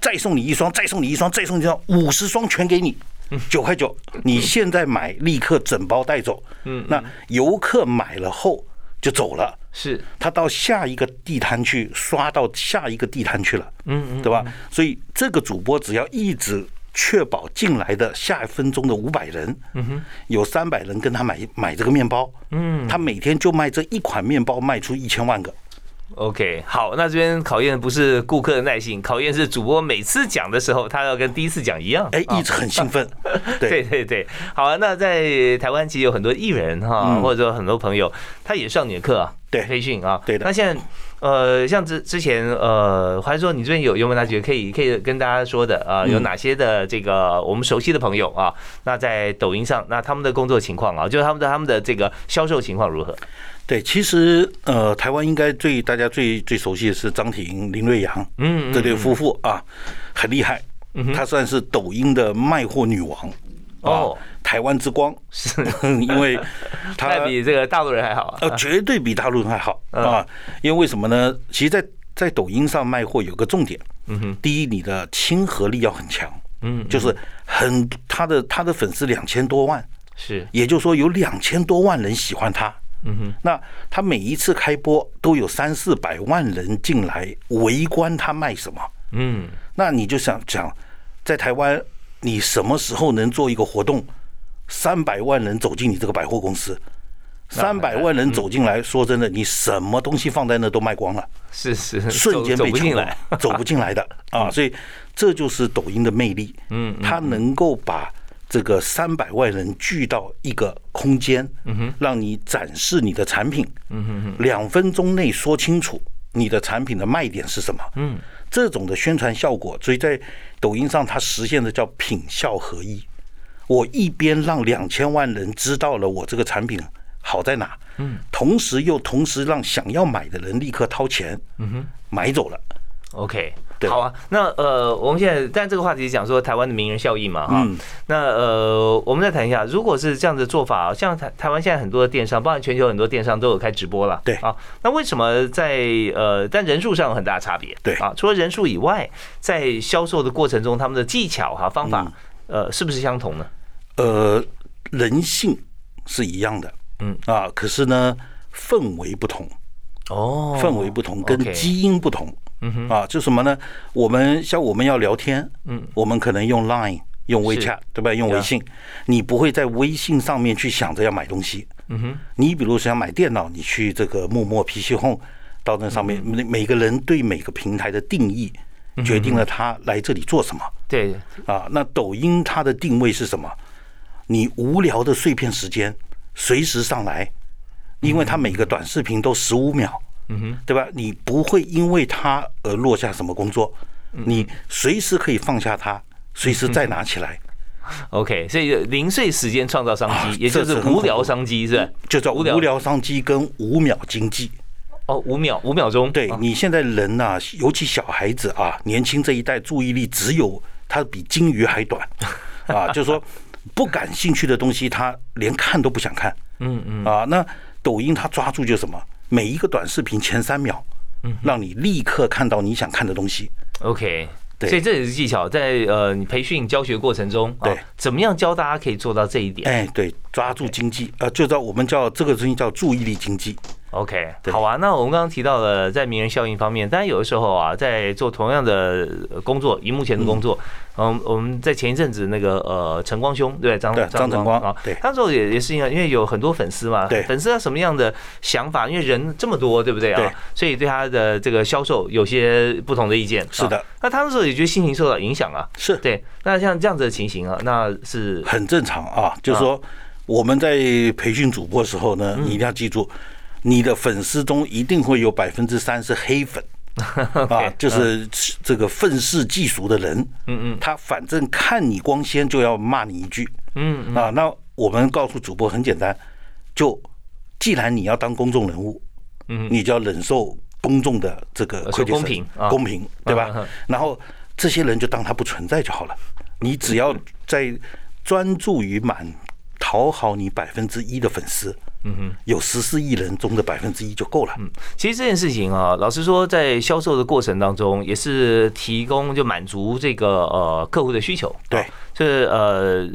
Speaker 2: 再送你一双，再送你一双，再送你一双，五十双全给你。
Speaker 1: 嗯
Speaker 2: 九 块九，你现在买，立刻整包带走。嗯，那游客买了后就走了，
Speaker 1: 是
Speaker 2: 他到下一个地摊去刷到下一个地摊去了，嗯嗯，对吧？所以这个主播只要一直确保进来的下一分钟的五百人，嗯哼，有三百人跟他买买这个面包，嗯，他每天就卖这一款面包，卖出一千万个，
Speaker 1: OK，好，那这边考验的不是顾客的耐性，考验是主播每次讲的时候，他要跟第一次讲一样。
Speaker 2: 哎，一直很兴 奋，
Speaker 1: 对，对对，好啊。那在台湾其实有很多艺人哈、
Speaker 2: 嗯
Speaker 1: 或者说很多朋友，他也上你的课啊，
Speaker 2: 对
Speaker 1: 培训啊。
Speaker 2: 对的
Speaker 1: 那现在呃，像之之前呃，还说你这边有有没有哪几个可以可以跟大家说的啊、
Speaker 2: 嗯
Speaker 1: 有哪些的这个我们熟悉的朋友啊？那在抖音上，那他们的工作情况啊，就是他们的他们的这个销售情况如何？
Speaker 2: 对，其实呃，台湾应该最大家最最熟悉的是张挺、林瑞阳，
Speaker 1: 嗯，
Speaker 2: 这对夫妇啊，很厉害，她算是抖音的卖货女王
Speaker 1: 哦
Speaker 2: 啊，台湾 之光，是，因为她
Speaker 1: 那比这个大陆人还好啊。嗯
Speaker 2: 呃绝对比大陆人还好啊，因为为什么呢？其实在，在抖音上卖货有个重点，嗯哼，第一，你的亲和力要很强，嗯，就是很她的她的粉丝两千多万，
Speaker 1: 是，
Speaker 2: 也就是说有两千多万人喜欢他。嗯哼，那他每一次开播都有三四百万人进来围观他卖什么。
Speaker 1: 嗯，
Speaker 2: 那你就想讲，在台湾，你什么时候能做一个活动，三百万人走进你这个百货公司？三百万人走进来，说真的，你什么东西放在那都卖光了，
Speaker 1: 是是，
Speaker 2: 瞬间
Speaker 1: 走走
Speaker 2: 被
Speaker 1: 不
Speaker 2: 抢
Speaker 1: 进
Speaker 2: 光
Speaker 1: 来。，
Speaker 2: 走不进来 的啊！所以这就是抖音的魅力，嗯，它能够把这个三百万人聚到一个空间，嗯哼，让你展示你的产品，嗯哼两分钟内说清楚你的产品的卖点是什么，嗯，这种的宣传效果，所以在抖音上它实现的叫品效合一。我一边让两千万人知道了我这个产品好在哪，嗯，同时又同时让想要买的人立刻掏钱，嗯哼，买走了。
Speaker 1: OK，
Speaker 2: 对
Speaker 1: 好啊。那呃，我们现在但这个话题讲说台湾的名人效应嘛，哈、
Speaker 2: 嗯
Speaker 1: 那呃，我们再谈一下，如果是这样的做法，像台台湾现在很多的电商，包含全球很多电商都有开直播了，
Speaker 2: 对
Speaker 1: 啊。那为什么在呃，但人数上有很大的差别，
Speaker 2: 对
Speaker 1: 啊。除了人数以外，在销售的过程中，他们的技巧哈、方
Speaker 2: 嗯
Speaker 1: 法、呃，是不是相同呢？
Speaker 2: 呃，人性是一样的，
Speaker 1: 嗯
Speaker 2: 啊，可是呢，氛围不同，
Speaker 1: 哦
Speaker 2: 氛围不同，跟
Speaker 1: OK
Speaker 2: 基因不同，嗯哼，啊，就什么呢？我们像我们要聊天，嗯，我们可能用 Line。用 WeChat 对吧？用微信，你不会在微信上面去想着要买东西。嗯哼，你比如说想买电脑，你去这个陌陌、PC Home，到那上面，每每个人对每个平台的定义，决定了他来这里做什么。
Speaker 1: 对，
Speaker 2: 啊，那抖音它的定位是什么？你无聊的碎片时间，随时上来，因为它每个短视频都十五秒，嗯哼，对吧？你不会因为它而落下什么工作，你随时可以放下它，随时再拿起来，
Speaker 1: OK，所以零碎时间创造商
Speaker 2: 啊
Speaker 1: 机，也就
Speaker 2: 这
Speaker 1: 是
Speaker 2: 是很
Speaker 1: 无聊
Speaker 2: 恐怖
Speaker 1: 商机，是吧？
Speaker 2: 就叫
Speaker 1: 无
Speaker 2: 无
Speaker 1: 聊
Speaker 2: 聊商机跟五秒经济。
Speaker 1: 哦，五秒，五秒钟，
Speaker 2: 对
Speaker 1: 哦
Speaker 2: 你现在人呐、尤其小孩子啊，年轻这一代注意力只有他比金鱼还 短啊，就是说不感兴趣的东西，他连看都不想看。嗯嗯啊，那抖音它抓住就是什么？每一个短视频前三秒，让你立刻看到你想看的东西。
Speaker 1: OK。
Speaker 2: 对
Speaker 1: 所以这也是技巧，在呃你培训教学过程中，啊
Speaker 2: 对，
Speaker 1: 怎么样教大家可以做到这一点
Speaker 2: 哎，对，抓住经济，呃，就叫我们叫这个东西叫注意力经济。
Speaker 1: ？OK，
Speaker 2: 对
Speaker 1: 好啊。那我们刚刚提到了在名人效应方面，当然有的时候啊，在做同样的呃工作，荧幕前的工作，嗯，我们在前一阵子那个呃陈光兄，对张
Speaker 2: 对张晨光
Speaker 1: 啊，
Speaker 2: 对
Speaker 1: 他那时候也也是因为因为有很多粉丝嘛，
Speaker 2: 对
Speaker 1: 粉丝他什么样的想法，因为人这么多，对不对
Speaker 2: 对
Speaker 1: 啊？所以对他的这个销售有些不同的意见。
Speaker 2: 是的
Speaker 1: 啊，那他那时候也觉得心情受到影响啊。
Speaker 2: 是
Speaker 1: 对，那像这样子的情形啊，那是
Speaker 2: 很正常啊。就是说我们在培训主播的时候呢，你一定要记住，你的粉丝中一定会有百分之三是黑 粉。啊，就是这个愤世嫉俗的人，嗯嗯，他反正看你光鲜就要骂你一句，嗯啊，那我们告诉主播很简单，就既然你要当公众人物，嗯，你就要忍受公众的这个
Speaker 1: 呃
Speaker 2: 亏欠
Speaker 1: 公平啊
Speaker 2: 公平，对吧？
Speaker 1: 嗯嗯嗯
Speaker 2: 然后这些人就当他不存在就好了。你只要在专注于满讨好你百分之一的粉丝，嗯哼，有十四亿人中的百分之一就够了。嗯，
Speaker 1: 其实这件事情啊，老实说，在销售的过程当中，也是提供就满足这个呃客户的需求，
Speaker 2: 对
Speaker 1: 啊就是呃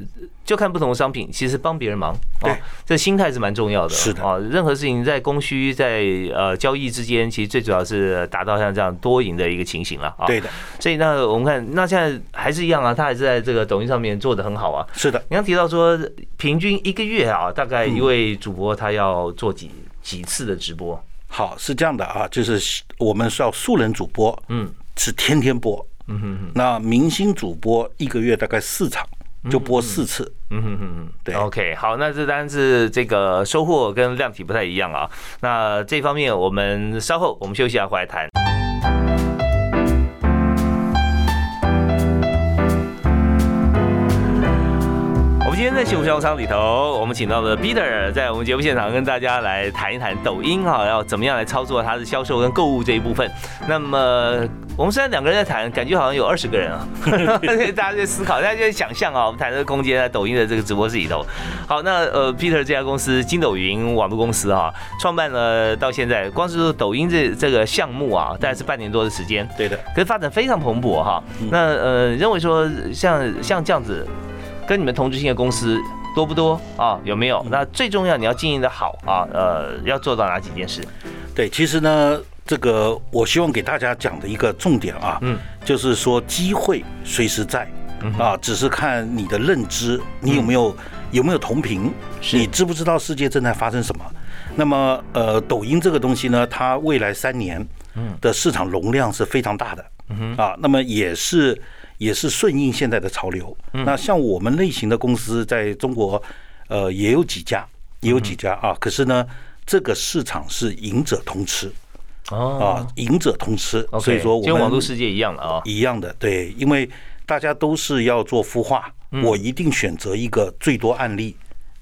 Speaker 1: 就看不同的商品，其实帮别人忙，啊
Speaker 2: 对，
Speaker 1: 这心态是蛮重要的，
Speaker 2: 是的
Speaker 1: 啊，任何事情在供需在呃交易之间，其实最主要是达到像这样多赢的一个情形了啊，
Speaker 2: 对，的，
Speaker 1: 所以那我们看，那现在还是一样啊，他还是在这个抖音上面做的很好啊，
Speaker 2: 是的。
Speaker 1: 你刚提到说，平均一个月啊，大概一位主播他要做几几次的直播？
Speaker 2: 好，是这样的啊，就是我们是要素人主播，嗯，是天天播，嗯哼哼。那明星主播一个月大概四场，就播四次，嗯哼哼，对。
Speaker 1: OK，好，那这当然是这个收获跟量体不太一样啊。那这方面我们稍后我们休息一下回来谈。我们今天在幸福商务舱里头，我们请到了 Peter 在我们节目现场跟大家来谈一谈抖音啊，要怎么样来操作它的销售跟购物这一部分。那么我们虽然两个人在谈，感觉好像有二十个人啊，大家在思考，大家在想象啊，我们谈这个空间在抖音的这个直播室里头。好，那呃，Peter 这家公司金抖云网络公司啊，创办了到现在，光是说抖音这这个项目啊，大概是半年多的时间，
Speaker 2: 对的，
Speaker 1: 可是发展非常蓬勃哈。那呃，认为说像像这样子，跟你们同质性的公司多不多啊？有没有？那最重要你要经营的好啊，呃，要做到哪几件事？
Speaker 2: 对，其实呢，这个我希望给大家讲的一个重点啊，
Speaker 1: 嗯，
Speaker 2: 就是说机会随时在，啊，只是看你的认知，你有没有、有没有同频，
Speaker 1: 嗯是
Speaker 2: 你知不知道世界正在发生什么？那么，呃，抖音这个东西呢，它未来三年
Speaker 1: 嗯
Speaker 2: 的市场容量是非常大的，啊，那么也是也是顺应现在的潮流。
Speaker 1: 嗯
Speaker 2: 那像我们类型的公司，在中国，呃，也有几家，也有几家啊。可是呢，这个市场是赢者通吃
Speaker 1: 哦
Speaker 2: 啊，赢者通吃。
Speaker 1: ，OK，
Speaker 2: 所以说，我
Speaker 1: 就跟
Speaker 2: 们
Speaker 1: 网络世界一样了啊。
Speaker 2: 一样的，对，因为大家都是要做孵化，
Speaker 1: 嗯
Speaker 2: 我一定选择一个最多案例、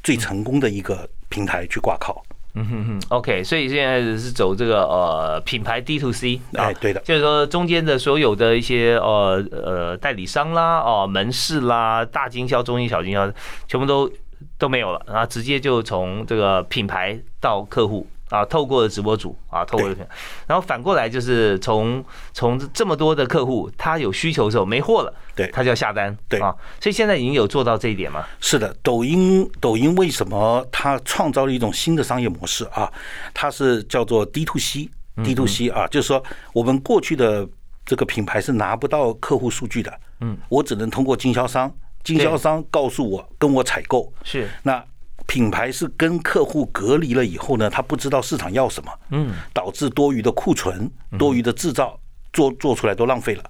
Speaker 2: 最成功的一个平台去挂靠。
Speaker 1: 嗯哼哼，OK，所以现在是走这个呃品牌 D to C 啊，
Speaker 2: 哎对的
Speaker 1: 就是说中间的所有的一些呃呃代理商啦、哦、门市啦、大经销、中经小经销，全部都都没有了，然后直接就从这个品牌到客户。啊，透过直播主啊，透过
Speaker 2: 对，
Speaker 1: 然后反过来就是从从这么多的客户，他有需求的时候没货了，
Speaker 2: 对
Speaker 1: 他就要下单，
Speaker 2: 对
Speaker 1: 啊，所以现在已经有做到这一点嘛，
Speaker 2: 是的，抖音抖音为什么它创造了一种新的商业模式啊？它是叫做 D to C，D to C 啊，就是说我们过去的这个品牌是拿不到客户数据的，嗯，我只能通过经销商，经销商告诉我跟我采购，
Speaker 1: 是
Speaker 2: 那品牌是跟客户隔离了以后呢，他不知道市场要什么，嗯，导致多余的库存、多余的制造做做出来都浪费了。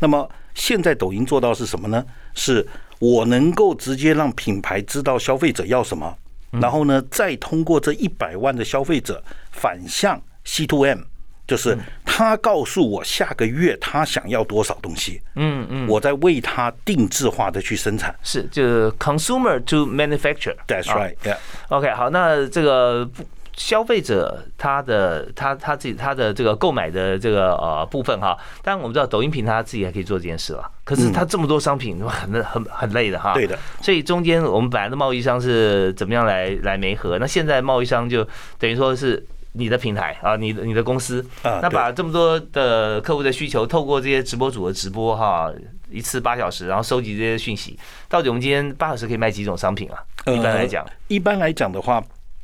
Speaker 2: 那么现在抖音做到是什么呢？是我能够直接让品牌知道消费者要什么，然后呢，再通过这一百万的消费者反向 C to M，就是他他告诉我下个月他想要多少东西，嗯嗯，我在为他定制化的去生产。
Speaker 1: 是，就是 consumer to 啊 manufacture。
Speaker 2: That's right. Yeah.
Speaker 1: OK，好，那这个不消费者他的他他自己他的这个购买的这个呃部分哈，当然我们知道抖音平台他自己还可以做这件事了，可是他这么多商品很很很累的哈。
Speaker 2: 嗯对的。
Speaker 1: 所以中间我们本来的贸易商是怎么样来来媒合，那现在贸易商就等于说是。你的平台啊，你的你的公司，
Speaker 2: 啊
Speaker 1: 那
Speaker 2: 对
Speaker 1: 把这么多的客户的需求，透过这些直播主的直播哈，一次八小时，然后收集这些讯息，到底我们今天八小时可以卖几种商品啊？一般来讲
Speaker 2: 呃，一般来讲的话，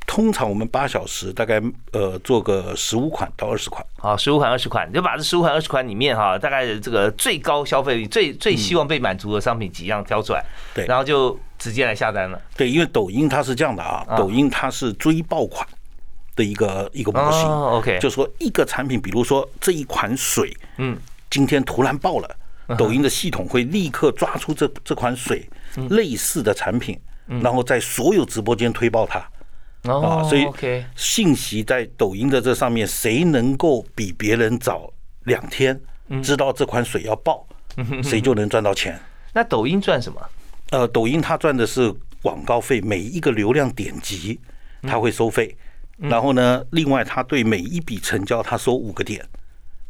Speaker 2: 通常我们八小时大概呃做个十五款到二十款。
Speaker 1: 好，十五款二十款，你就把这十五款二十款里面哈，大概这个最高消费力、最最希望被满足的商品几样挑出来，
Speaker 2: 嗯对
Speaker 1: 然后就直接来下单了。
Speaker 2: 对，因为抖音它是这样的啊，抖音它是追爆款的一个一个模型。
Speaker 1: 哦，OK，
Speaker 2: 就说一个产品，比如说这一款水，
Speaker 1: 嗯，
Speaker 2: 今天突然爆了，抖音的系统会立刻抓出这这款水
Speaker 1: 嗯
Speaker 2: 类似的产品，然后在所有直播间推爆它。
Speaker 1: 哦
Speaker 2: 啊，，所以
Speaker 1: OK，
Speaker 2: 信息在抖音的这上面，谁能够比别人早两天
Speaker 1: 嗯
Speaker 2: 知道这款水要爆，谁就能赚到钱。
Speaker 1: 那抖音赚什么？
Speaker 2: 呃，抖音它赚的是广告费，每一个流量点击
Speaker 1: 嗯
Speaker 2: 它会收费，然后呢，另外它对每一笔成交它收五个点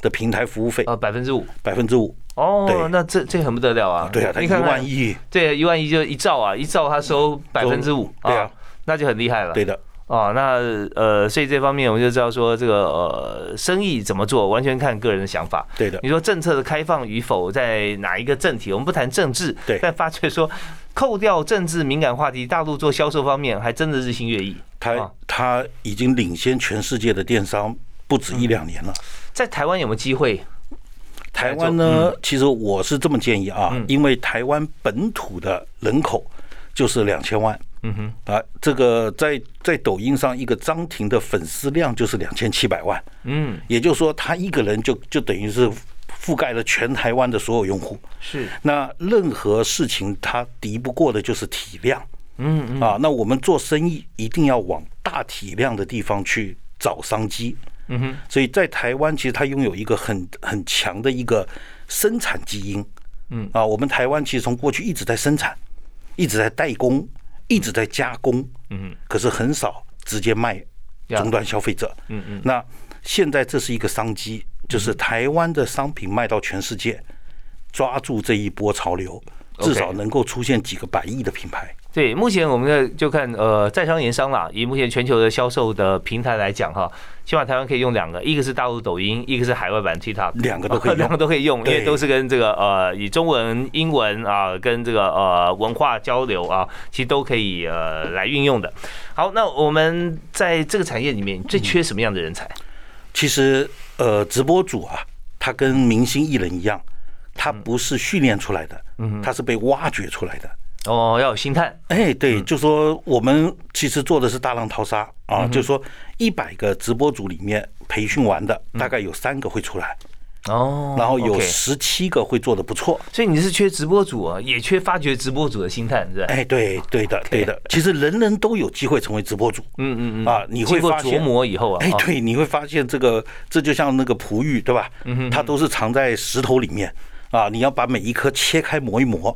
Speaker 2: 的平台服务费，
Speaker 1: 呃，百分之五。
Speaker 2: 百分之五。
Speaker 1: 哦
Speaker 2: 对，
Speaker 1: 那这这很不得了啊！
Speaker 2: 对啊，它
Speaker 1: 你
Speaker 2: 一
Speaker 1: 看看
Speaker 2: 万，亿，
Speaker 1: 对，一万一就一兆啊，一兆他收百分之五，
Speaker 2: 对啊，
Speaker 1: 那就很厉害了。
Speaker 2: 对的，
Speaker 1: 哦，那呃，所以这方面我们就知道说，这个呃，生意怎么做，完全看个人的想法。
Speaker 2: 对的
Speaker 1: 你。说政策的开放与否，在哪一个政体？我们不谈政治，
Speaker 2: 对
Speaker 1: 但发觉说，扣掉政治敏感话题，大陆做销售方面还真的日新月异。
Speaker 2: 它
Speaker 1: 啊
Speaker 2: 它已经领先全世界的电商不止
Speaker 1: 嗯
Speaker 2: 一两年了。
Speaker 1: 在台湾有没有机会？
Speaker 2: 台湾呢，其实我是这么建议啊，因为台湾本土的人口就是两千万，嗯哼，啊，这个在在抖音上一个张庭的粉丝量就是两千七百万，
Speaker 1: 嗯，
Speaker 2: 也就是说他一个人就就等于是覆盖了全台湾的所有用户。
Speaker 1: 是
Speaker 2: 那任何事情它敌不过的就是体量，嗯啊，那我们做生意一定要往大体量的地方去找商机，嗯哼，所以在台湾其实它拥有一个很很强的一个生产基因，嗯啊，我们台湾其实从过去一直在生产，一直在代工，一直在加工，嗯，可是很少直接卖
Speaker 1: 呀
Speaker 2: 终端消费者，嗯嗯，那现在这是一个商机，就是台湾的商品卖到全世界。抓住这一波潮流，
Speaker 1: OK
Speaker 2: 至少能够出现几个百亿的品牌。
Speaker 1: 对，目前我们的就看呃在商言商啦，以目前全球的销售的平台来讲哈，起码台湾可以用两个，一个是大陆抖音，一个是海外版 TikTok，
Speaker 2: 两个都可以 用
Speaker 1: 两个都可以用，因为
Speaker 2: 对
Speaker 1: 都是跟这个呃以中文、英文啊、跟这个呃文化交流啊，其实都可以呃来运用的。好，那我们在这个产业里面最缺什么样的人才？
Speaker 2: 其实，呃，直播主啊，他跟明星艺人一样，他不是训练出来的，他是被挖掘出来的。
Speaker 1: 哦，要有星探，
Speaker 2: 哎，对，就说我们其实做的是大浪淘沙啊，就说一百个直播主里面培训完的，大概有三个会出来，
Speaker 1: 哦，
Speaker 2: 然后有
Speaker 1: OK
Speaker 2: 十七个会做的不错。
Speaker 1: 所以你是缺直播主啊，也缺发掘直播主的星探，是吧？
Speaker 2: 哎，对，对的，对的。其实人人都有机会成为直播主，嗯嗯嗯啊，你会
Speaker 1: 经过
Speaker 2: 发
Speaker 1: 琢
Speaker 2: 现，
Speaker 1: 磨以后啊，
Speaker 2: 哎，
Speaker 1: 哦
Speaker 2: 对，你会发现这个，这就像那个璞玉，对吧？它都是藏在石头里面啊，你要把每一颗切开磨一磨。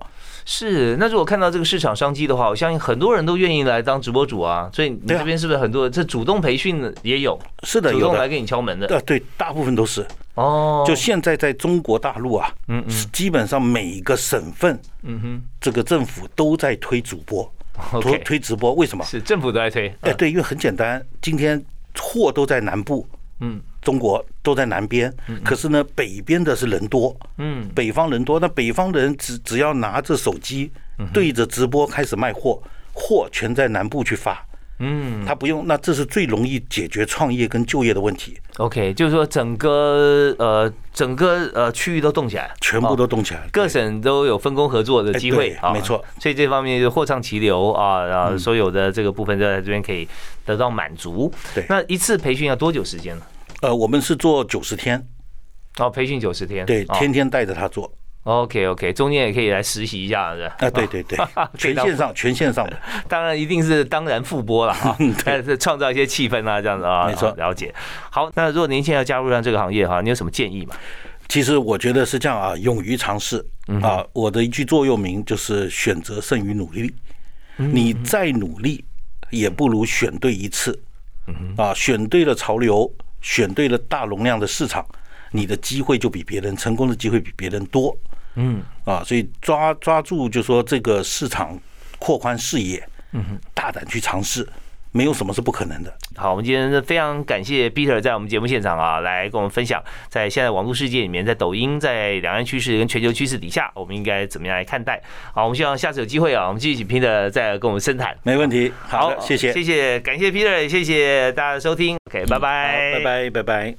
Speaker 1: 是，那如果看到这个市场商机的话，我相信很多人都愿意来当直播主啊。所以你
Speaker 2: 对啊
Speaker 1: 这边是不是很多这主动培训的也有，
Speaker 2: 是的，
Speaker 1: 主
Speaker 2: 有
Speaker 1: 动来
Speaker 2: 的，
Speaker 1: 给你敲门的？
Speaker 2: 呃，对，大部分都是。
Speaker 1: 哦，
Speaker 2: 就现在在中国大陆啊，嗯嗯，基本上每一个省份，嗯哼，这个政府都在推主播，推
Speaker 1: OK，
Speaker 2: 推直播，为什么？
Speaker 1: 是政府都在推，
Speaker 2: 哎，对，因为很简单，今天货都在南部，嗯，中国都在南边，可是呢，北边的是人多，嗯，北方人多，那北方人只只要拿着手机对着直播开始卖货，货全在南部去发，嗯，他不用，那这是最容易解决创业跟就业的问题，
Speaker 1: 哦 OK，就是说整个呃整个呃区域都动起来，
Speaker 2: 全部
Speaker 1: 哦
Speaker 2: 都动起来了。
Speaker 1: 各省都有分工合作的机会
Speaker 2: 哎对
Speaker 1: 啊，
Speaker 2: 没错。嗯
Speaker 1: 所以这方面就货畅其流啊，然后所有的这个部分都在这边可以得到满足。
Speaker 2: 对
Speaker 1: 那一次培训要多久时间呢？
Speaker 2: 呃，我们是做九十天，
Speaker 1: 哦，培训九十天，
Speaker 2: 对，
Speaker 1: 哦
Speaker 2: 天天带着他做，
Speaker 1: OK OK，中间也可以来实习一下，是吧？
Speaker 2: 啊，对 对对，全线上全线上的，
Speaker 1: 当然一定是当然复播了哈，但是创造一些气氛啊，这样子啊，
Speaker 2: 没错
Speaker 1: 好了解。好，那如果您现在要加入上这个行业哈，你有什么建议吗？
Speaker 2: 其实我觉得是这样啊，勇于尝试啊。我的一句座右铭就是选择胜于努力。你再努力，也不如选对一次。啊，选对了潮流，选对了大容量的市场，你的机会就比别人成功的机会比别人多。嗯，啊，所以抓抓住就说这个市场，扩宽视野，嗯，大胆去尝试，没有什么是不可能的。
Speaker 1: 好，我们今天是非常感谢 Peter 在我们节目现场啊，来跟我们分享，在现在网络世界里面，在抖音、在两岸趋势跟全球趋势底下，我们应该怎么样来看待？好，我们希望下次有机会啊，我们继续请 Peter 再来跟我们深谈。
Speaker 2: 没问题，好的，谢谢，
Speaker 1: 谢谢，感谢 Peter，谢谢大家的收听，OK，拜拜，
Speaker 2: 好拜拜，拜拜。